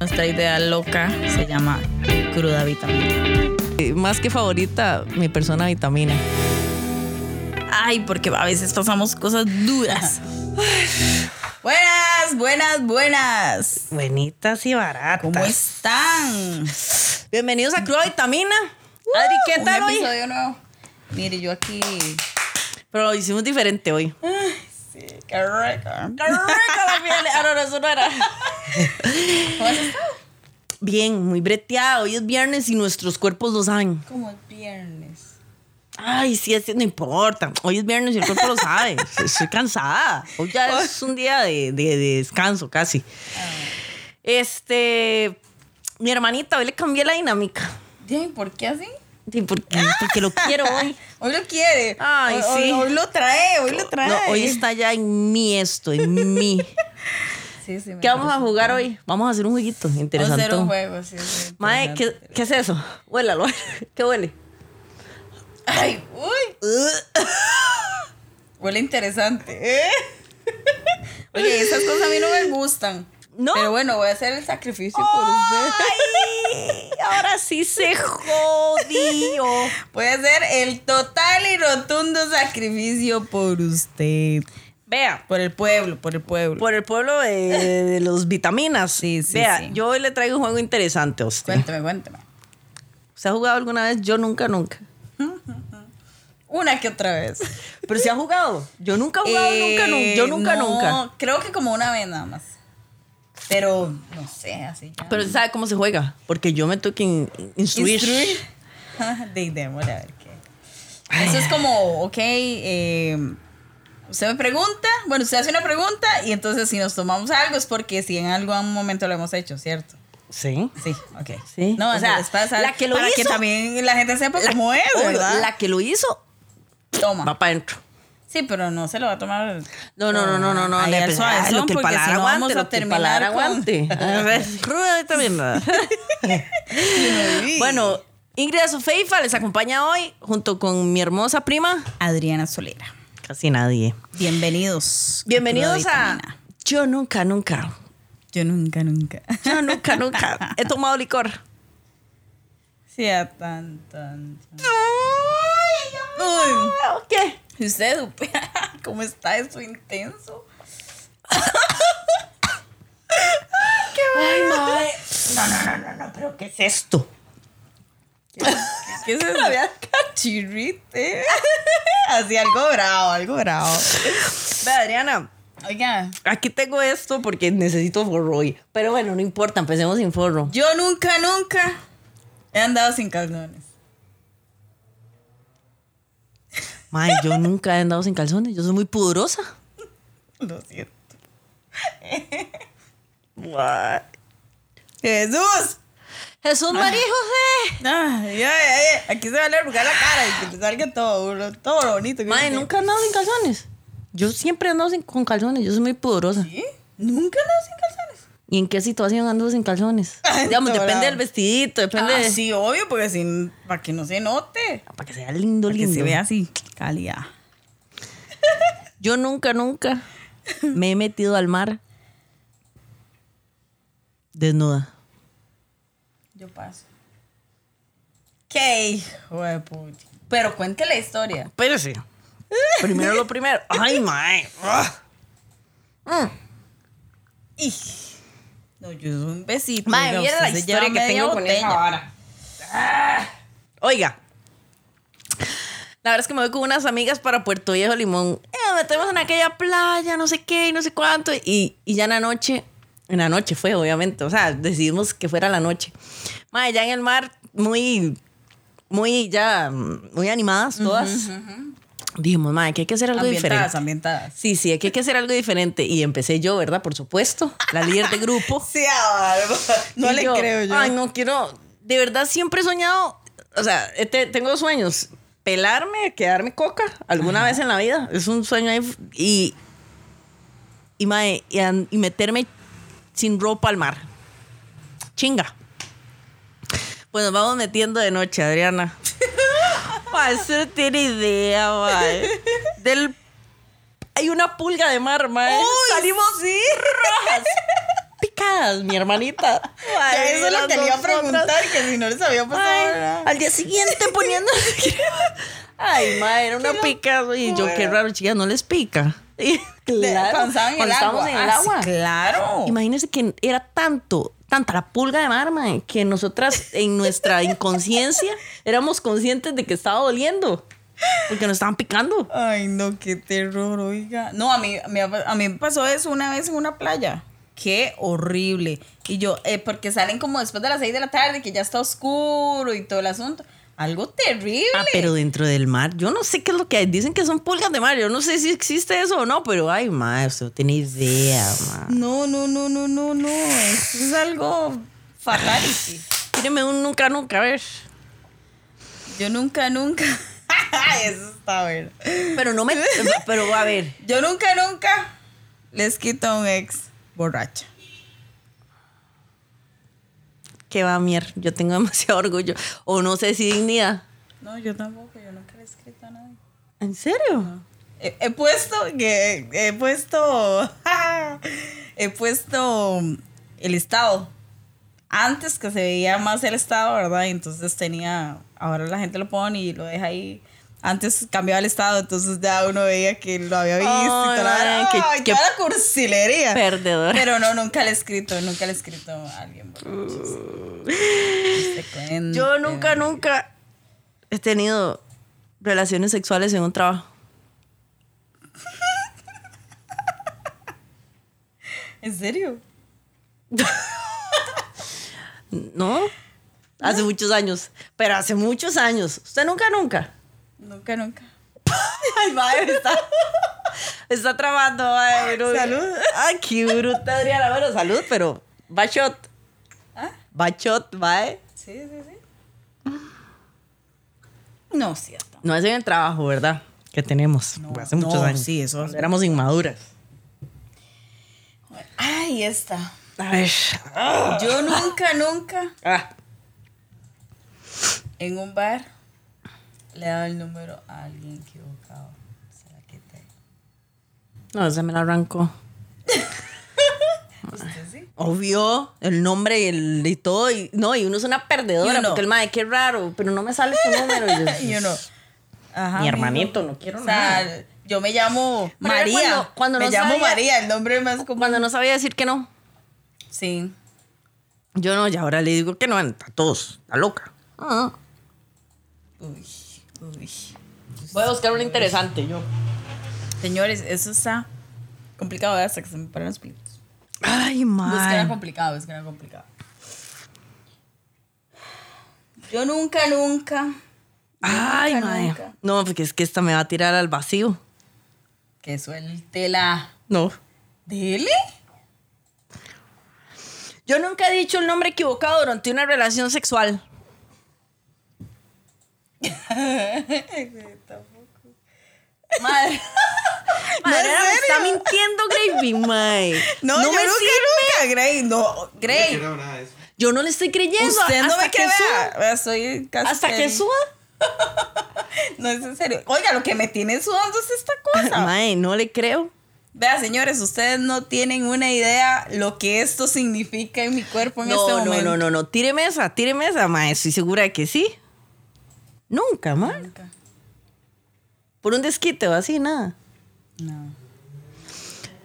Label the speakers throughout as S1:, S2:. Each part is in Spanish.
S1: nuestra idea loca se llama cruda vitamina.
S2: Eh, Más que favorita, mi persona vitamina.
S1: Ay, porque a veces pasamos cosas duras. Buenas, buenas, buenas.
S2: Buenitas y baratas.
S1: ¿Cómo están?
S2: Bienvenidos a Cruda Vitamina. Adri, ¿qué
S1: Un
S2: tal hoy?
S1: episodio nuevo. Mire, yo aquí.
S2: Pero lo hicimos diferente hoy.
S1: Sí, qué rico.
S2: ¡Qué rico la piel! Ah, no, no, eso no era.
S1: ¿Cómo has estado?
S2: Bien, muy breteado. Hoy es viernes y nuestros cuerpos lo saben.
S1: Como el viernes.
S2: Ay, sí, así no importa. Hoy es viernes y el cuerpo lo sabe. Estoy cansada. Hoy ya es un día de, de- de descanso casi. Este, mi hermanita, hoy le cambié la dinámica.
S1: Dime, ¿por qué así?
S2: Sí, porque, porque lo quiero hoy.
S1: Hoy lo quiere.
S2: Ay,
S1: Hoy- hoy-
S2: sí.
S1: Hoy lo trae, hoy lo trae.
S2: No, hoy está ya en mí esto, en mí.
S1: Sí, sí, me
S2: ¿Qué vamos a
S1: parece.
S2: jugar hoy? Vamos a hacer un jueguito
S1: Vamos a
S2: interesante.
S1: hacer un juego, sí. sí,
S2: Mae,
S1: interesante.
S2: ¿qué, ¿qué es eso? Huélalo. ¿Qué huele?
S1: Ay, uy. Huele interesante. ¿eh? Oye, esas cosas a mí no me gustan.
S2: No.
S1: Pero bueno, voy a hacer el sacrificio por usted.
S2: ¡Ay! Ahora sí se jodió.
S1: Voy a hacer el total y rotundo sacrificio por usted.
S2: Vea,
S1: Por el pueblo, por el pueblo.
S2: por el pueblo de, de los vitaminas.
S1: Sí, sí,
S2: Vea,
S1: sí.
S2: yo hoy le traigo un juego interesante a usted.
S1: Cuéntame, cuéntame.
S2: ¿Se ha jugado alguna vez? Yo nunca, nunca.
S1: Una que otra vez.
S2: Pero se ha jugado. Yo nunca he jugado, nunca, nunca.
S1: Eh,
S2: Yo nunca,
S1: no,
S2: nunca.
S1: Creo que como una vez nada más. Pero no sé, así ya.
S2: Pero usted sabe cómo se juega, porque yo me tuve que in- instruir.
S1: Instruir. De démosle a ver qué. Eso es como, ok, eh, usted me pregunta, bueno, usted hace una pregunta y entonces si nos tomamos algo es porque si en algún momento lo hemos hecho, ¿cierto?
S2: Sí.
S1: Sí, ok.
S2: Sí,
S1: No,
S2: o sea,
S1: entonces, para,
S2: la que lo
S1: para que
S2: hizo-
S1: también la gente sepa cómo es,
S2: Obvio,
S1: ¿verdad?
S2: La que lo hizo
S1: Toma.
S2: va para adentro.
S1: Sí, pero no se lo va a tomar.
S2: No, no, no, no, no, no.
S1: Ahí
S2: le-
S1: al
S2: pues,
S1: suavezón,
S2: ay, lo que el
S1: porque si no
S2: paladar aguante,
S1: vamos a
S2: lo que el paladar
S1: terminar con-
S2: aguante. A ver, Cruda esta mierda. bueno, Ingrid Azufeifa les acompaña hoy junto con mi hermosa prima.
S1: Adriana Solera.
S2: Casi nadie.
S1: Bienvenidos.
S2: Bienvenidos
S1: Cruda
S2: a
S1: Vitamina.
S2: Yo nunca, nunca.
S1: Yo nunca, nunca.
S2: Yo nunca, nunca he tomado licor.
S1: Sí, a tan, tan, tan. Uy,
S2: ¿Qué?
S1: y usted supiera cómo está eso intenso.
S2: Ay, mae. No, no, no, no, no, pero ¿qué es esto?
S1: ¿Qué es eso? Cachirrite. Así algo bravo, algo bravo.
S2: Ve, Adriana,
S1: Oiga,
S2: aquí tengo esto porque necesito forro hoy. Pero bueno, no importa, empecemos sin forro.
S1: yo nunca, nunca he andado sin calzones.
S2: Mae, yo nunca he andado sin calzones, yo soy muy pudorosa.
S1: Lo siento. ¡Jesús!
S2: Jesús María y José.
S1: Ay, ay, ay, Aquí se va a arrugar la cara y que le salga todo, lo- todo lo bonito. que
S2: Mae,
S1: tiene.
S2: nunca he andado sin calzones. Yo siempre he andado sin- con calzones, yo soy muy pudorosa.
S1: ¿Sí? ¿Nunca he andado sin calzones?
S2: ¿Y en qué situación ando sin calzones?
S1: Ay,
S2: Digamos,
S1: no,
S2: depende
S1: bravo.
S2: del vestidito, depende
S1: Ah,
S2: de- Ah,
S1: sí, obvio, porque así, para que no se note.
S2: Para que sea lindo,
S1: Para que
S2: lindo.
S1: se vea así, calidad.
S2: Yo nunca, nunca me he metido al mar desnuda.
S1: Yo paso. ¿Qué hijo de puta? Pero cuente la historia.
S2: Pero sí. Primero lo primero. Ay, mae.
S1: Ah.
S2: Mm. Ugh.
S1: Ij. No, yo soy un besito.
S2: Mae,
S1: oiga,
S2: mira
S1: usted
S2: la
S1: se
S2: historia
S1: lleva
S2: que
S1: media
S2: tengo con esa
S1: botella.
S2: vara. Ah. Oiga. La verdad es que me voy con unas amigas para Puerto Viejo Limón. Eh, metemos en aquella playa, no sé qué, y no sé cuánto. Y, y ya en la noche, en la noche fue, obviamente. O sea, decidimos que fuera la noche. Mae, ya en el mar, muy, muy, ya, mm, muy animadas todas. Dijimos, mae, que hay que hacer algo diferente.
S1: Ambientadas, ambientadas.
S2: Sí, sí, aquí hay que hacer algo diferente. Y empecé yo, ¿verdad? Por supuesto, la líder de grupo.
S1: Sí, a barba. No
S2: Oh. Y
S1: le creo yo.
S2: Ay, no quiero. De verdad, siempre he soñado. O sea, este- tengo dos sueños. Pelarme, quedarme coca alguna vez en la vida. Es un sueño ahí. Y. Y, mae, y, an- y meterme sin ropa al mar. Chinga. Pues nos vamos metiendo de noche, Adriana. Mae, usted no tiene idea, mae. Del. Hay una pulga de mar, mae.
S1: Uy,
S2: Salimos
S1: sí.
S2: rojas. Picadas. días, mi hermanita. Mae,
S1: Ya eso es lo
S2: las
S1: que le iba a
S2: dos otras-
S1: preguntar, que si no les había pasado
S2: Ay,
S1: nada.
S2: al día siguiente poniendo. Ay, madre, era una pica. Y yo, qué raro, chica, no les pica. Y,
S1: De- Pensaban en el
S2: cuando estábamos
S1: agua.
S2: en el
S1: Ah, sí,
S2: agua.
S1: claro.
S2: Imagínense que era tanto, tanta la pulga de mar, mae, que nosotras en nuestra inconsciencia éramos conscientes de que estaba doliendo. Porque nos estaban picando.
S1: Ay, no, qué terror, oiga. No, a mí, me ha- a mí me pasó eso una vez en una playa. Qué horrible. Y yo, eh, porque salen como después de las 6 de la tarde, que ya está oscuro y todo el asunto. Algo terrible.
S2: Ah, pero dentro del mar, yo no sé qué es lo que hay. Dicen que son pulgas de mar. Yo no sé si existe eso o no, pero ay, mae, usted no tiene idea, mae.
S1: No, no, no, no, no, no. Eso es algo fatality.
S2: Tíreme un nunca, nunca, a ver.
S1: Yo nunca, nunca. eso está bueno.
S2: Pero no me. Pero a ver.
S1: Yo nunca, nunca les quito a un ex borracha.
S2: que va mier, yo tengo demasiado orgullo. O no sé si dignidad.
S1: No, yo tampoco, yo nunca le he escrito a nadie.
S2: ¿En serio?
S1: He, he puesto que he puesto he puesto el estado. Antes que se veía más el estado, ¿verdad? Entonces tenía ahora la gente lo pone y lo deja ahí. Antes cambiaba el estado, entonces ya uno veía que lo había visto
S2: Ay,
S1: y toda la,
S2: madre, qué-
S1: Ay,
S2: qué
S1: toda la
S2: Ah.
S1: cursilería.
S2: Perdedor.
S1: Pero no, nunca le he escrito, nunca le he escrito a alguien. borracho, sí. Se cuenta.
S2: Uh. Yo nunca, nunca he tenido relaciones sexuales en un trabajo.
S1: ¿En serio?
S2: ¿No? Hace muchos años. Pero hace muchos años. Usted nunca, nunca.
S1: Nunca, nunca.
S2: Ay, madre, está. Está trabando, madre, pero-
S1: Salud.
S2: Ay, qué bruta, Adriana. Bueno, salud, pero. Bachot.
S1: ¿Ah?
S2: Bachot, mae.
S1: Sí, sí, sí. No, cierto.
S2: No es en el trabajo, ¿verdad? Que tenemos. hace muchos
S1: no,
S2: años.
S1: sí, eso
S2: Cuando Éramos inmaduras.
S1: Ahí está.
S2: A ver.
S1: Yo nunca, nunca
S2: Ah,
S1: en un bar le he dado el número a alguien equivocado. Se la quité.
S2: no, se me la arrancó.
S1: ¿Usted sí?
S2: Obvio, el nombre y, el, y todo. Y, no, y uno es una perdedora
S1: Y uno.
S2: porque el madre, qué raro, pero no me sale tu número. Y yo,
S1: Y uno. Ajá,
S2: Mi
S1: amigo.
S2: hermanito, no quiero
S1: O sea, yo me llamo
S2: Pero era
S1: María.
S2: cuando- cuando
S1: me
S2: no
S1: llamo
S2: sabía-
S1: María, el nombre más común.
S2: Cuando no sabía decir que no.
S1: Sí.
S2: Yo no, y ahora le digo que no a todos. La loca. Ah.
S1: Uy, uy.
S2: Voy a buscar una interesante, yo.
S1: Señores, eso está complicado ¿verdad? hasta que se me paran los pilitos.
S2: Ay,
S1: Es que era
S2: madre.
S1: complicado, es que era complicado. Yo nunca, nunca.
S2: Ay,
S1: Nunca,
S2: madre.
S1: nunca.
S2: No, porque es que esta me va a tirar al vacío.
S1: Que suelte la.
S2: No.
S1: ¿Dele?
S2: Yo nunca he dicho el nombre equivocado durante una relación sexual.
S1: Madre.
S2: Madre,
S1: ¿en
S2: me está
S1: serio?
S2: mintiendo Gravy, mae.
S1: No, yo nunca, nunca, Grey. No, Grey.
S3: creo nada de eso.
S2: Yo no le estoy creyendo.
S1: Usted no
S2: hasta
S1: me
S2: que
S1: queda.
S2: suba.
S1: Vea, Soy casi
S2: Hasta que
S1: feliz.
S2: suba.
S1: No es en serio. Oiga, lo que me tiene sudando es esta cosa.
S2: Mae, no le creo.
S1: Vea, señores, ustedes no tienen una idea lo que esto significa en mi cuerpo en
S2: No,
S1: este
S2: no,
S1: momento.
S2: no, no, no. Tíreme esa, tíreme esa, mae. Estoy segura de que sí. Nunca, mae.
S1: Nunca.
S2: Por un desquite o así, nada.
S1: No.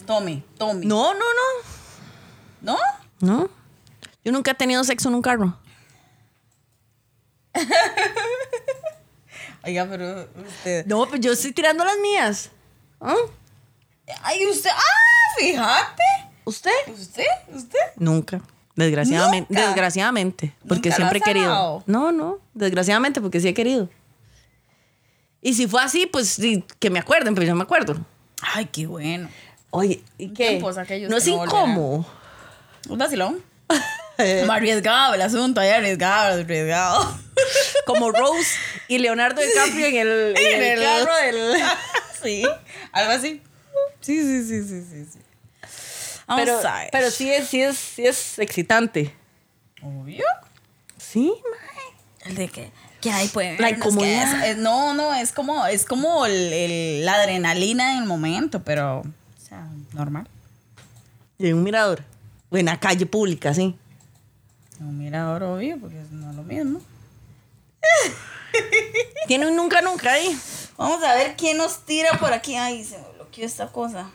S1: Tome, tome.
S2: No, no, no.
S1: ¿No?
S2: No. Yo nunca he tenido sexo en un carro.
S1: Oiga, pero usted.
S2: No, pues yo estoy tirando las mías. ¿Ah?
S1: Ay, usted. ¡Ah! Fíjate.
S2: ¿Usted?
S1: ¿Usted? ¿Usted?
S2: Nunca. Desgraciadamente.
S1: Nunca.
S2: Desgraciadamente.
S1: Nunca
S2: Porque
S1: lo
S2: siempre he
S1: has
S2: querido.
S1: amado.
S2: No, no. Desgraciadamente, porque sí he querido. Y si fue así, pues sí, que me acuerden, pero yo no me acuerdo.
S1: Ay, qué bueno.
S2: Oye, ¿y
S1: Un
S2: qué?
S1: tiempo, o sea, que ellos
S2: No
S1: que
S2: es
S1: no volverán.
S2: incómodo.
S1: Un vacilón.
S2: Eh,
S1: Más arriesgado el asunto, ahí arriesgado, arriesgado.
S2: Como Rose y Leonardo DiCaprio en el, en el
S1: En el-
S2: carro del.
S1: sí, algo así. Sí, sí, sí, sí, sí. sí. Vamos
S2: Pero,
S1: a ver.
S2: pero sí, es, sí, es, sí es excitante.
S1: Obvio.
S2: Sí,
S1: El de que, que ahí puede
S2: La
S1: vernos, que
S2: incomodidad.
S1: es- es- no, no, es como, es como el- el- la adrenalina en el momento, pero, o sea, normal.
S2: Y en un mirador. o en la calle pública, sí.
S1: No, mira, ahora obvio, porque no es lo mismo.
S2: Tiene un nunca nunca ahí.
S1: Vamos a ver quién nos tira por aquí. Ay, se me bloqueó esta cosa.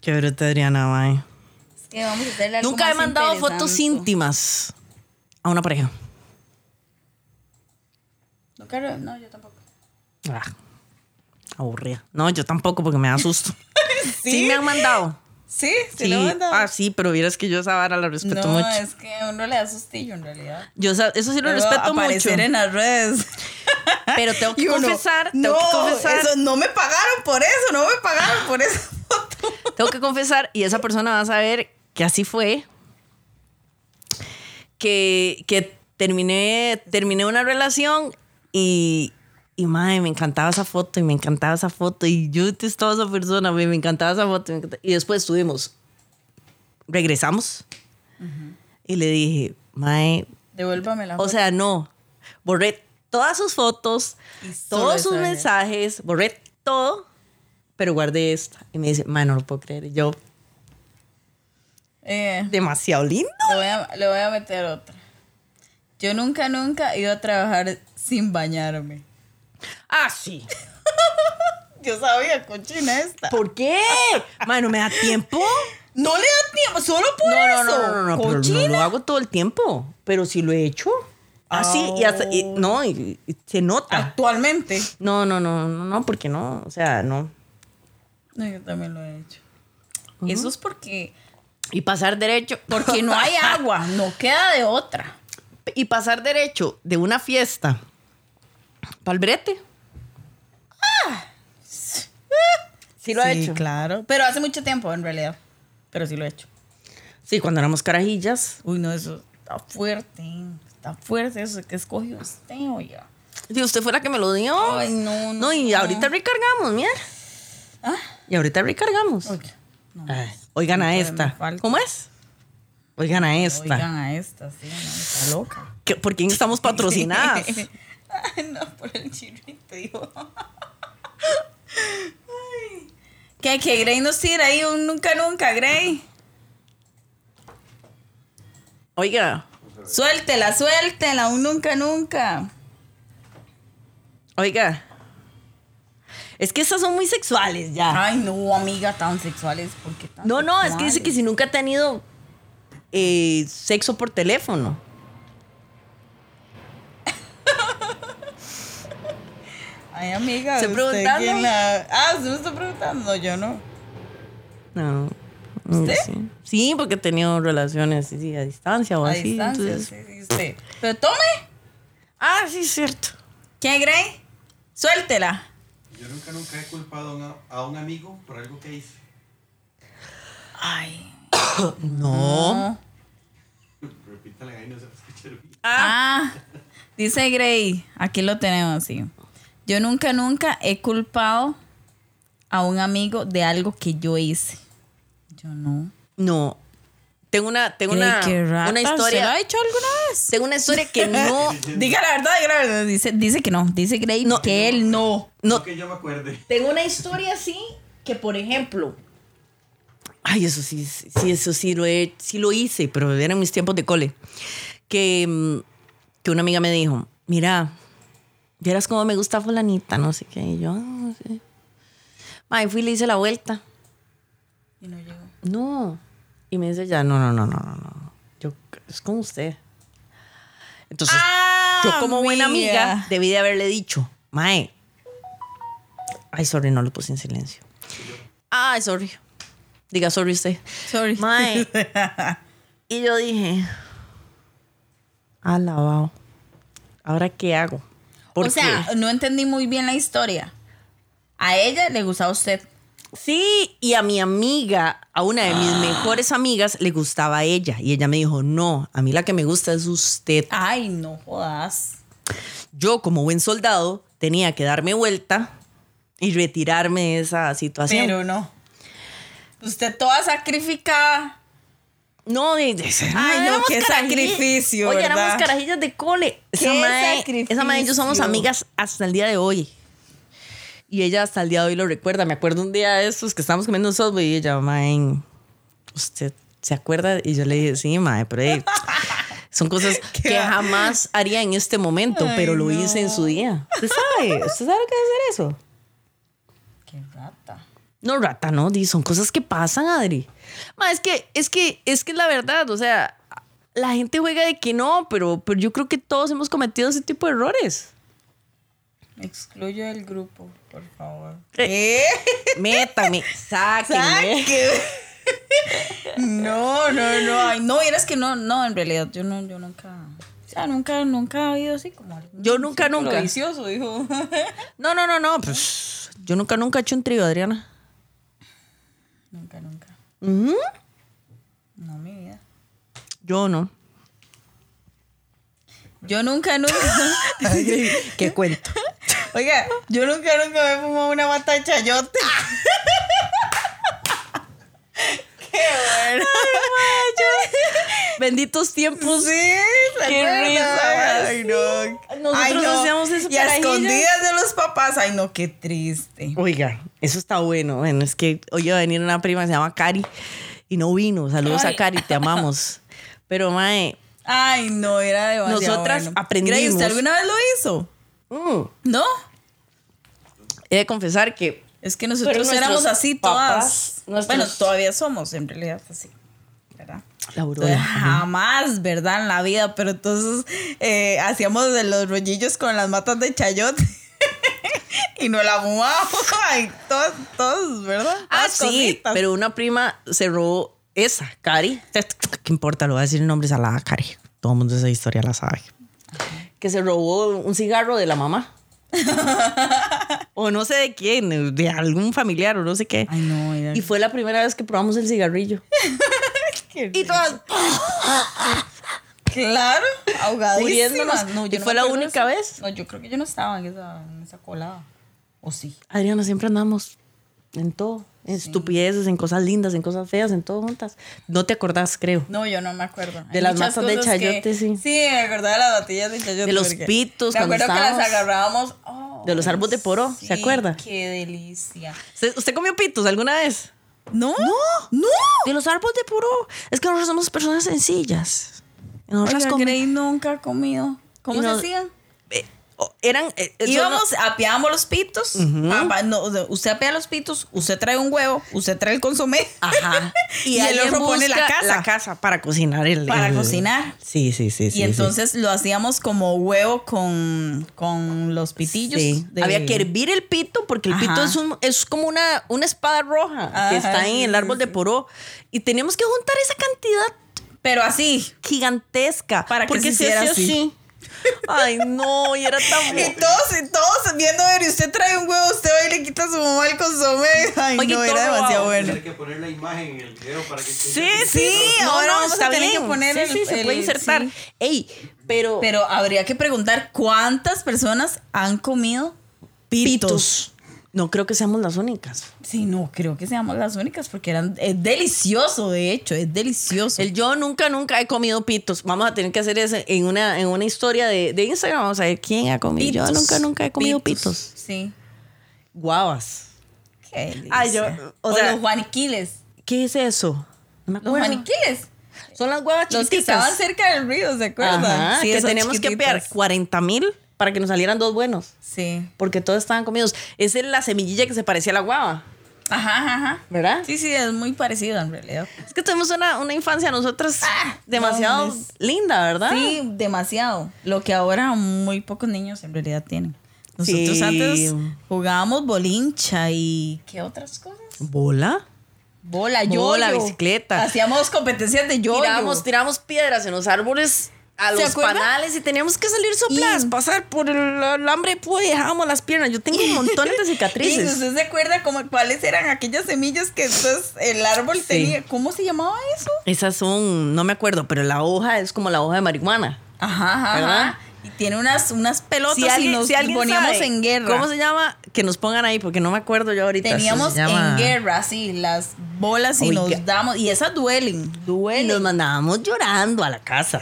S2: Qué bruta Adriana, mae.
S1: Es que vamos a hacerle algo
S2: Nunca he
S1: más
S2: mandado fotos
S1: interesante.
S2: íntimas a una pareja.
S1: Nunca lo- No, yo tampoco.
S2: Ah, aburrida. No, yo tampoco porque me da susto. ¿Sí? me han mandado.
S1: Sí, sí,
S2: Sí.
S1: lo he mandado.
S2: Ah, sí, pero vieras que yo esa vara la respeto
S1: no,
S2: mucho.
S1: es que a uno le da sustillo en realidad.
S2: Yo esa- eso sí lo
S1: Luego
S2: respeto mucho.
S1: aparecer en las redes.
S2: Pero tengo que
S1: Y uno,
S2: confesar, tengo que confesar,
S1: eso, no me pagaron por eso, no me pagaron por esa foto.
S2: tengo que confesar y esa persona va a saber que así fue. Que, que terminé, terminé una relación y, y madre, me encantaba esa foto y me encantaba esa foto y yo detestaba a esa persona, güey, me encantaba esa foto. me encantaba- Y después estuvimos, regresamos y le dije, madre,
S1: Devuélvame la
S2: O sea, no. Borré todas sus fotos,
S1: Y solo
S2: todos sus
S1: esa vez.
S2: mensajes, borré todo, pero guardé esta. Y me dice, man, no lo puedo creer. Y Yo,
S1: Eh,
S2: demasiado lindo.
S1: le, voy a, le voy a meter otra. Yo nunca, nunca iba a trabajar sin bañarme.
S2: Ah, sí.
S1: Yo sabía, cochina esta.
S2: ¿Por qué? Man, no me da tiempo.
S1: No le da tiempo, solo por
S2: No, no,
S1: eso.
S2: no, no, no, no, pero no lo
S1: cochina.
S2: hago todo el tiempo, pero sí lo he hecho. Así, y hasta, y-
S1: Oh.
S2: no, y- y se
S1: Ah.
S2: nota.
S1: Actualmente.
S2: No, no, no, no, no, porque no, o sea, no.
S1: No, yo también lo he hecho. Eso es porque,
S2: Y pasar derecho,
S1: porque no hay agua, no queda de otra.
S2: y pasar derecho de una fiesta pa'l brete. Ah, Sí lo ha hecho.
S1: claro. Pero hace mucho tiempo, en realidad. Pero sí lo he hecho.
S2: Sí, cuando éramos carajillas.
S1: Uy, no, eso está fuerte. Está fuerte eso que escogió usted, oye.
S2: Si usted fue la que me lo dio. Ah.
S1: Ay, no, no,
S2: No, y
S1: no.
S2: ahorita recargamos, mira.
S1: Ah.
S2: Y ahorita recargamos.
S1: Oye, no,
S2: Ay, oigan a
S1: puede, me
S2: esta.
S1: falta.
S2: ¿Cómo es? Oigan a esta.
S1: oigan a esta, sí, no, está loca.
S2: ¿Qué- ¿Por quién estamos patrocinadas?
S1: Ay, no, por el chirrito, digo. Ay. ¿Qué, que Grey nos tira ahí un nunca, nunca, Grey?
S2: Oiga,
S1: Suéltela, suéltela, un nunca, nunca.
S2: oiga. Es que estas son muy sexuales ya.
S1: Ay, no, amiga, tan sexuales, porque tan
S2: No, no, es que dice que si nunca ha tenido eh, sexo por teléfono.
S1: Ay, amiga,
S2: ¿Estoy
S1: ¿usted
S2: preguntando?
S1: quién la- Ah, usted me está preguntando, no, yo no.
S2: No.
S1: ¿Usted?
S2: Sí. Sí, porque he tenido relaciones sí, Pues sí, a distancia o
S1: A
S2: así.
S1: distancia,
S2: entonces-
S1: sí, sí, sí. Pero tome.
S2: Ah, sí, es cierto.
S1: ¿Qué, Grey? Suéltela.
S3: Yo nunca, nunca he culpado a, una- a un amigo por algo que hice.
S1: Ay.
S2: No.
S1: no.
S3: Repítale ahí, no se va a escuchar bien.
S1: Ah, dice Grey. Aquí lo tenemos, sí. Yo nunca, nunca he culpado a un amigo de algo que yo hice. Yo no.
S2: No. Tengo una, tengo
S1: Grey,
S2: una,
S1: qué rata,
S2: una
S1: ¿Se lo
S2: historia.
S1: ha hecho alguna vez?
S2: Tengo una historia que no.
S1: Diga la verdad, diga la verdad. Dice, dice que no. Dice Grey
S2: No.
S1: que él no.
S2: No.
S3: que yo me acuerde.
S2: tengo una historia así que, por ejemplo. Ay, eso sí, sí, eso sí lo, he, sí lo hice, pero eran mis tiempos de cole. Que, mm, que una amiga me dijo: Mira, vieras cómo me gusta Fulanita, no sé qué. Y yo, ah, no sé. Ay, fui y le hice la vuelta.
S1: Y no llegó.
S2: No. Y me dice ya, no, no, no, no, no, no. Yo, es con usted. Entonces,
S1: Ah,
S2: yo como buena amiga debí de haberle dicho, Mae. Ay, sorry, no lo puse en silencio. Ay, sorry. Diga, sorry usted.
S1: Sorry.
S2: Mae. Y yo dije, alabado. ¿Ahora qué hago?
S1: O
S2: Porque-
S1: sea, no entendí muy bien la historia. A ella le gustaba usted.
S2: Sí, y a mi amiga, a una de mis mejores amigas, le gustaba ella. Y ella me dijo, no, a mí la que me gusta es usted.
S1: Ay, no jodas.
S2: Yo, como buen soldado, tenía que darme vuelta y retirarme de esa situación.
S1: Pero no. Usted toda sacrificada.
S2: no, de, de-
S1: Ay, no,
S2: éramos
S1: qué
S2: caraji-
S1: sacrificio,
S2: Oye,
S1: ¿verdad?
S2: éramos carajillas de cole. Esa
S1: Qué
S2: madre, esa madre y yo somos
S1: sacrificio.
S2: amigas hasta el día de hoy. Y ella hasta el día de hoy lo recuerda. Me acuerdo un día de esos que estábamos comiendo un software y ella, mae, usted ¿se acuerda? Y yo le dije, sí, mae, pero hey, son cosas que
S1: va?
S2: jamás haría en este momento,
S1: Ay,
S2: pero lo
S1: no.
S2: hice en su día. ¿Usted sabe? ¿Usted sabe lo que es hacer eso?
S1: Qué rata.
S2: No, rata, no, di, son cosas que pasan, Adri. Ma, es que, es que, es que es la verdad, o sea, la gente juega de que no, pero, pero yo creo que todos hemos cometido ese tipo de errores.
S1: Me excluyo del grupo, por favor.
S2: Métame, sáquenme.
S1: Saque. No, no, no. Ay, no, eres que no, no, en realidad yo no, yo nunca. O sea, nunca, nunca ha habido así como. algún
S2: Yo nunca,
S1: círculo
S2: nunca.
S1: Vicioso, dijo.
S2: No, no, no, no, pues yo nunca, nunca he hecho un trío, Adriana.
S1: nunca, nunca.
S2: Ujú.
S1: No, mi vida.
S2: Yo no.
S1: Yo nunca, nunca.
S2: ¿Qué cuento?
S1: Oiga, yo nunca, nunca me he fumado una mata de chayote. Qué bueno.
S2: Benditos tiempos.
S1: Sí, ¿se
S2: Qué
S1: acuerda?
S2: risa,
S1: Ay, no.
S2: Nosotros
S1: Ay, no.
S2: hacíamos eso
S1: Y a
S2: para
S1: escondidas de los papás. Ay, no, qué triste.
S2: Oiga, eso está bueno. Bueno, es que hoy iba a venir una prima que se llama Cari y no vino. Saludos
S1: Ay.
S2: a Cari, te amamos. Pero, mae,
S1: Ay, no, era demasiado
S2: Nosotras
S1: bueno.
S2: aprendimos.
S1: Grace, ¿usted alguna vez lo hizo?
S2: mm,
S1: ¿No?
S2: he de confesar que
S1: Es que nosotros
S2: nuestros
S1: éramos así
S2: papás,
S1: todas.
S2: nuestros-
S1: Bueno, todavía somos en realidad así, ¿verdad?
S2: la
S1: Entonces,
S2: aurora.
S1: jamás, ¿verdad? En la vida, pero entonces eh, hacíamos de los rollillos con las matas de chayote y nos la fumábamos. Ay, todos, todos, ¿verdad?
S2: Ah,
S1: Todas
S2: sí,
S1: cositas.
S2: pero una prima se robó esa, Cari. ¿Qué importa? Lo voy a decir el nombre salada, Cari. Todo el mundo esa historia la sabe. Que se robó un cigarro de la mamá. o no sé de quién, de algún familiar o no sé qué.
S1: Ay, no, era-
S2: Y fue la primera vez que probamos el cigarrillo.
S1: Qué
S2: Y todas
S1: Claro, ahogadísimas.
S2: Muriéndonos.
S1: No,
S2: ¿Y
S1: me
S2: fue la
S1: acuerdo
S2: única
S1: eso.
S2: vez?
S1: No, yo creo que yo no estaba en esa, en esa colada. ¿O sí?
S2: Adriana, siempre andamos en todo. En estupideces, en cosas lindas, en cosas feas, en todo juntas. No te acordás, creo.
S1: No, yo no me acuerdo.
S2: De las
S1: muchas
S2: matas de
S1: cosas que-
S2: chayote, sí.
S1: Sí, me acordaba de las batillas de chayote.
S2: De los
S1: porque
S2: pitos
S1: Me
S2: cuando
S1: acuerdo que las
S2: estábamos.
S1: agarrábamos. Oh,
S2: De los árboles de poro, ¿se
S1: sí,
S2: acuerda?
S1: Qué delicia.
S2: ¿Usted, usted comió pitos alguna vez?
S1: No, no, no.
S2: De los árboles de puro. Es que nosotros somos personas sencillas. Nosotras
S1: Oiga,
S2: comi-
S1: Grey nunca ha comido. ¿Cómo
S2: Y
S1: se
S2: no-
S1: hacían?
S2: eh, oh, eran. eh, eh,
S1: Íbamos, apeábamos los pitos. Papá, no, o sea, usted apea los pitos, usted trae un huevo, usted trae el consomé.
S2: Ajá.
S1: Y, el
S2: alguien
S1: otro pone la
S2: busca
S1: casa.
S2: La casa para cocinar el.
S1: Para
S2: el-
S1: cocinar.
S2: Sí, sí, sí. sí,
S1: Y
S2: sí.
S1: entonces lo hacíamos como huevo con, con los pitillos.
S2: Sí.
S1: de-
S2: Había que hervir el pito porque el pito
S1: Ajá.
S2: es, un- es como una, una espada roja
S1: Ajá,
S2: que está en
S1: sí,
S2: el
S1: sí,
S2: árbol de poró. Y teníamos que juntar esa cantidad
S1: Pero así.
S2: gigantesca.
S1: Para que
S2: porque
S1: se hiciera
S2: hacía
S1: así.
S2: Ay, no, y era tan
S1: Y todos, y todos viendo a ver, y usted trae un huevo, usted va y le quita a su mamá el consomé. Ay, no,
S2: Oye, todo
S1: era
S2: robado.
S1: demasiado bueno.
S3: Tiene que poner la imagen en el video para que
S2: Sí, sí,
S3: entiendan.
S1: no,
S2: ahora
S1: no,
S2: vamos
S1: está
S2: a tener
S1: bien.
S2: que poner
S1: Sí,
S2: el,
S1: sí, se
S2: el-
S1: puede insertar.
S2: sí. Ey, pero,
S1: Pero habría que preguntar cuántas personas han comido pitos.
S2: pitos. No creo que seamos las únicas.
S1: Sí, no, creo que seamos las únicas porque eran, es delicioso, de hecho, es delicioso.
S2: El yo nunca, nunca he comido pitos. Vamos a tener que hacer eso en una, en una historia de, de Instagram. Vamos a ver quién ha comido. Yo
S1: Pitos,
S2: nunca, nunca he comido pitos.
S1: Sí.
S2: Guavas.
S1: Qué delicia.
S2: Ay, yo- o
S1: o
S2: sea-
S1: los guaniquiles.
S2: ¿Qué es eso? No me
S1: Los
S2: acuerdo.
S1: guaniquiles.
S2: Son las guavas
S1: Los que
S2: chiquiticas.
S1: estaban cerca del río, ¿se acuerdan?
S2: Ajá, que
S1: esas
S2: teníamos que
S1: chiquititas.
S2: pear 40 mil para que nos salieran dos buenos.
S1: Sí.
S2: Porque todos estaban comidos. Esa es la semillilla que se parecía a la guava,
S1: Ajá, ajá, ajá.
S2: ¿verdad?
S1: Sí, sí, es muy parecido en realidad.
S2: Es que tuvimos una, una infancia nosotras
S1: Ah,
S2: demasiado
S1: no, es-
S2: linda, ¿verdad?
S1: Sí, demasiado. Lo que ahora muy pocos niños en realidad tienen. Nosotros
S2: Sí.
S1: antes jugábamos bolincha y ¿qué otras cosas?
S2: ¿Bola?
S1: Bola, yo.
S2: Bola, bicicleta.
S1: Hacíamos competencias de yo.
S2: Tiramos, tiramos piedras en los árboles a
S1: ¿Se
S2: los
S1: acuerda?
S2: panales y teníamos que salir sopladas,
S1: Y-
S2: pasar por el alambre pues, y dejábamos las piernas. Yo tengo montones de
S1: ¿Y
S2: cicatrices.
S1: usted se acuerda cómo, cuáles eran aquellas semillas que entonces el árbol tenía? ¿Cómo se llamaba eso?
S2: Esas son, no me acuerdo, pero la hoja es como la hoja de marihuana.
S1: Ajá, ajá.
S2: ¿Verdad?
S1: ajá. Y tiene unas, unas pelotas
S2: alguien-
S1: y nos
S2: si alguien
S1: poníamos
S2: sabe
S1: en guerra.
S2: ¿Cómo se llama? Que nos pongan ahí, porque no me acuerdo yo ahorita.
S1: Teníamos
S2: Se llama-
S1: en guerra, sí, las bolas y
S2: Oiga.
S1: nos damos. Y esas duelen.
S2: Y nos mandábamos llorando a la casa.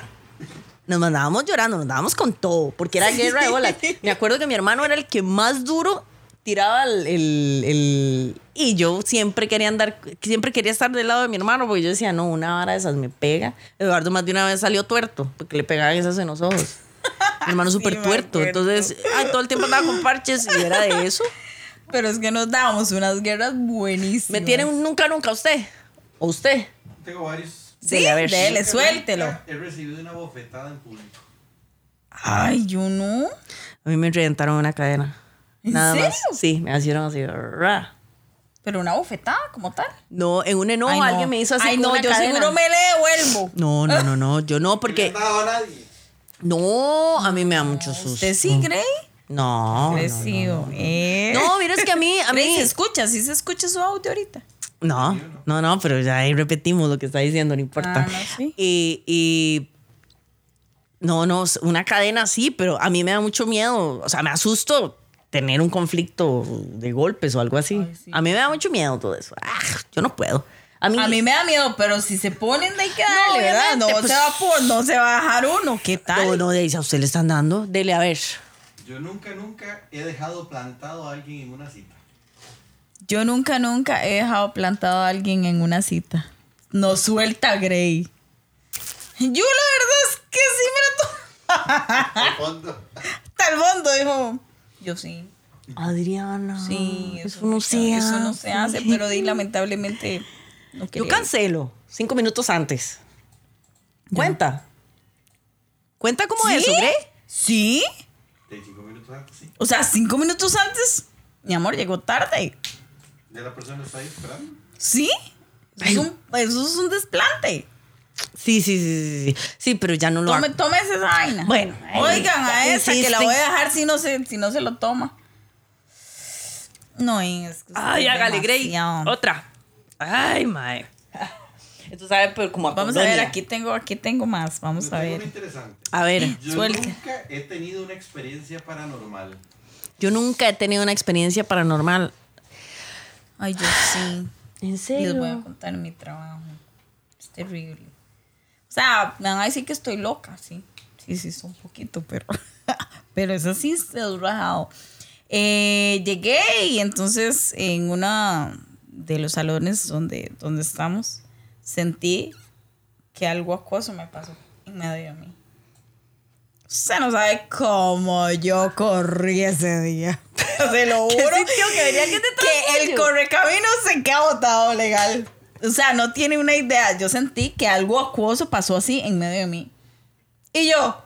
S2: Nos mandábamos llorando, nos dábamos con todo, porque era guerra de bolas. Me acuerdo que mi hermano era el que más duro tiraba el, el- el- Y yo siempre quería andar, siempre quería estar del lado de mi hermano, porque yo decía, no, una vara de esas me pega. Eduardo más de una vez salió tuerto, porque le pegaban esas en los ojos. Mi hermano
S1: Sí,
S2: súper
S1: me
S2: tuerto.
S1: acuerdo.
S2: Entonces, ay, todo el tiempo andaba con parches y era de eso.
S1: Pero es que nos dábamos unas guerras buenísimas.
S2: Me tiene un nunca, nunca usted. O usted.
S3: Tengo varios.
S1: Sí,
S2: a ver.
S1: dele, suéltelo.
S3: He recibido una bofetada en público.
S1: Ay, yo no.
S2: A mí me reventaron una cadena.
S1: ¿En
S2: Nada
S1: serio?
S2: más. Sí, me hicieron así. ra.
S1: Pero una bofetada como tal.
S2: No, en un enojo
S1: Ay, no.
S2: alguien me hizo así.
S1: Ay,
S2: con
S1: no,
S2: una
S1: yo
S2: cadena.
S1: seguro me le devuelvo.
S2: No, no, no, no, yo no,
S3: No le
S2: porque.
S3: han dado a nadie.
S2: No, a mí me da mucho susto.
S1: ¿Usted sí, Pues Gray?
S2: No. No,
S1: Crecido. Eh.
S2: No, mira, es que a mí, a
S1: Gray,
S2: mí.
S1: se escucha, sí se escucha su audio ahorita.
S2: No, no, no, pero ya ahí repetimos lo que está diciendo, no importa.
S1: Ah, no, sí.
S2: Y, y- no, no, s- una cadena sí, pero a mí me da mucho miedo, o sea, me asusto tener un conflicto de golpes o algo así. A mí me da mucho miedo todo eso. Ah, yo no puedo. A mí,
S1: A mí me da miedo, pero si se ponen de ahí que
S2: No,
S1: darle, ¿verdad? No
S2: obviamente, pues-
S1: se va a por, no se va a dejar uno, ¿qué tal?
S2: no, no, de ahí, a usted le están dando, dele a ver.
S3: Yo nunca, nunca he dejado plantado a alguien en una cita.
S1: Yo nunca, nunca he dejado plantado a alguien en una cita. No suelta Gray. Yo la verdad es que sí me lo
S3: Al fondo.
S1: Hasta el fondo, dijo. Yo sí.
S2: Adriana.
S1: Sí,
S2: Ah, eso, no se
S1: Eso no se hace, pero di, lamentablemente no
S2: Yo
S1: quería.
S2: cancelo cinco minutos antes. Cuenta. Cuenta como
S1: ¿Sí?
S2: eso, ¿eh?
S1: ¿Sí?
S3: De cinco minutos antes, sí.
S1: O sea, cinco minutos antes, mi amor, llegó tarde.
S3: Ya la persona está ahí esperando.
S1: ¿Sí? Eso es un, eso es un desplante.
S2: Sí, sí, sí, sí, sí. Sí, pero ya no lo
S1: Tome,
S2: hago.
S1: tomes esa vaina.
S2: Bueno,
S1: Oigan
S2: ya
S1: a esa que la
S2: insisten.
S1: voy a dejar si no se, si no se lo toma. No, es que usted
S2: Ay,
S1: es
S2: hágale, Grey.
S1: demasiado.
S2: Otra. Ay, mae. Esto sabe, pero como a
S1: Vamos a
S2: colonia.
S1: ver, aquí tengo, aquí tengo más. Vamos
S3: Yo
S1: a
S3: tengo
S1: ver. Ah,
S3: una interesante.
S2: A ver,
S3: Yo
S1: Suelte.
S3: nunca he tenido una experiencia paranormal.
S2: yo nunca he tenido una experiencia paranormal.
S1: Ay, yo sí.
S2: ¿En
S1: Les voy a contar mi trabajo. Es terrible. O sea, me van a decir que estoy loca, sí. Sí, sí, es un poquito, pero. pero eso sí se ha rajado. Eh, llegué y entonces en una de los salones donde, donde estamos, sentí que algo acuoso me pasó en medio de mí. Usted no sabe cómo yo corrí ese día. Se lo juro.
S2: sintió? ¿Que venía que te traía
S1: el
S2: yo?
S1: correcamino se queda botado legal. O sea, no tiene una idea. Yo sentí que algo acuoso pasó así en medio de mí. Y yo,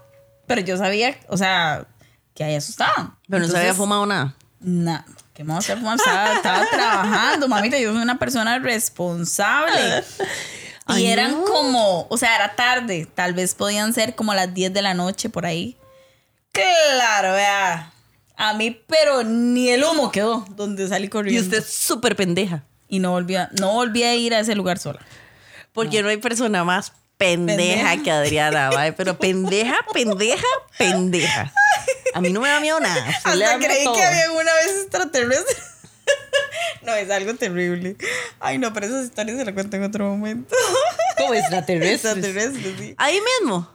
S1: pero yo sabía, o sea, que ahí asustaban.
S2: Pero no se había
S1: Entonces,
S2: fumado nada.
S1: Nah, ¿qué me voy a hacer fumar? Estaba, estaba trabajando, mamita. Yo soy una persona responsable. Y
S2: Ay,
S1: eran
S2: no.
S1: como, o sea, era tarde. Tal vez podían ser como las 10 de la noche por ahí. Claro, vea. A mí, pero ni el humo quedó donde salí
S2: Y
S1: corriendo.
S2: usted es súper pendeja.
S1: Y no volví, a, no volví a ir a ese lugar sola.
S2: Porque no, hay persona más pendeja,
S1: Pendeja.
S2: que Adriana, mae. Pero pendeja, pendeja, pendeja. A mí no me da miedo nada. A usted le da
S1: Hasta
S2: miedo
S1: creí
S2: todo.
S1: que había una vez extraterrestre. no, es algo terrible. Ay, no, pero esas historias se las cuento en otro momento.
S2: Como extraterrestres.
S1: extraterrestre, sí.
S2: Ahí mismo.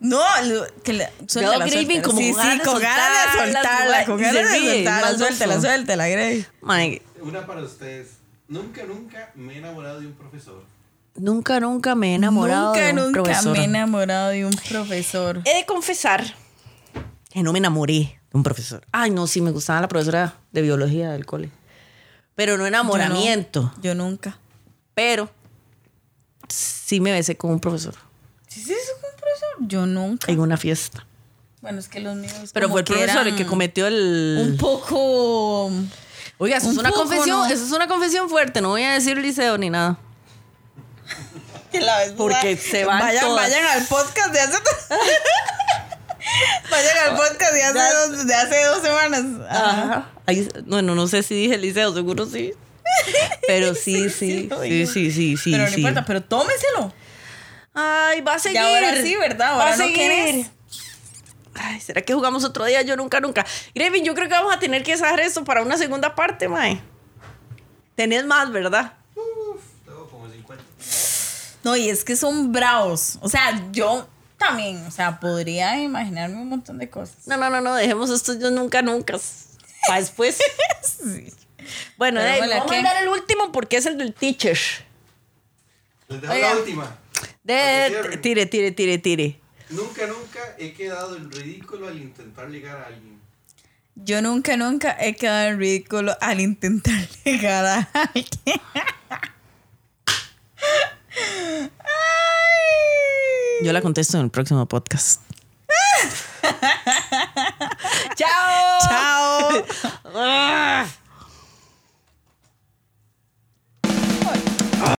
S1: No, lo- que la,
S2: Veo a Graving como
S1: sí,
S2: con ganas
S1: sí,
S2: de
S1: con ganas de
S2: soltarla,
S1: soltarla,
S2: y
S1: con
S2: se
S1: ganas de
S2: ríe,
S1: soltarla,
S2: más
S1: suéltela,
S2: dulce.
S1: suéltela, Grey.
S2: Mae,
S3: Una para ustedes. Nunca, nunca me he enamorado de un profesor.
S2: nunca, nunca me he enamorado
S1: nunca,
S2: de un
S1: nunca
S2: profesor.
S1: me he enamorado de un profesor.
S2: He de confesar que no me enamoré de un profesor. Ay, no, sí, me gustaba la profesora de biología del cole. Pero no enamoramiento.
S1: Yo, no, yo nunca.
S2: Pero sí me besé con un profesor
S1: ¿Sí sí, es un profesor? Yo nunca.
S2: en una fiesta.
S1: Bueno, es que los míos.
S2: Pero
S1: como
S2: fue el
S1: que
S2: profesor el
S1: eran
S2: que cometió el.
S1: Un poco.
S2: Oiga, eso es
S1: un
S2: una
S1: poco,
S2: confesión,
S1: ¿no?
S2: eso es una confesión fuerte, no voy a decir liceo ni nada.
S1: que la vez-
S2: Porque se van
S1: Vayan,
S2: todas.
S1: vayan al podcast de hace. vayan al podcast de hace, dos, de hace dos semanas. Ajá.
S2: Ajá. Ahí- bueno, no sé si dije liceo, seguro sí. Pero sí,
S1: sí,
S2: sí,
S1: lo
S2: sí,
S1: digo.
S2: sí, sí, sí.
S1: pero no
S2: sí.
S1: importa, pero tómeselo.
S2: Ay, va a seguir.
S1: ahora sí, ¿verdad? Ahora
S2: va a
S1: no
S2: seguir.
S1: querés.
S2: Ay, ¿será que jugamos otro día? Yo nunca, nunca. Grevin, yo creo que vamos a tener que sacar esto para una segunda parte, mae. Tenés más, ¿verdad?
S3: Tengo como 50.
S1: No, y es que son bravos. O sea, yo también, o sea, podría imaginarme un montón de cosas.
S2: No, no, no, no, dejemos esto yo nunca, nunca. para después. Bueno,
S1: Pero
S2: eh,
S1: bueno,
S2: vamos a
S1: ¿qué?
S2: mandar el último porque es el del teacher.
S3: Les dejo
S1: Oigan.
S3: la última. Para que
S2: De,
S3: cierren.
S2: tire, tire, tire, tire.
S3: Nunca, nunca he quedado en ridículo al intentar ligar a alguien.
S1: Yo nunca, nunca he quedado en ridículo al intentar llegar a alguien. Ay.
S2: Yo la contesto en el próximo podcast. ¡Chao! ¡Chao!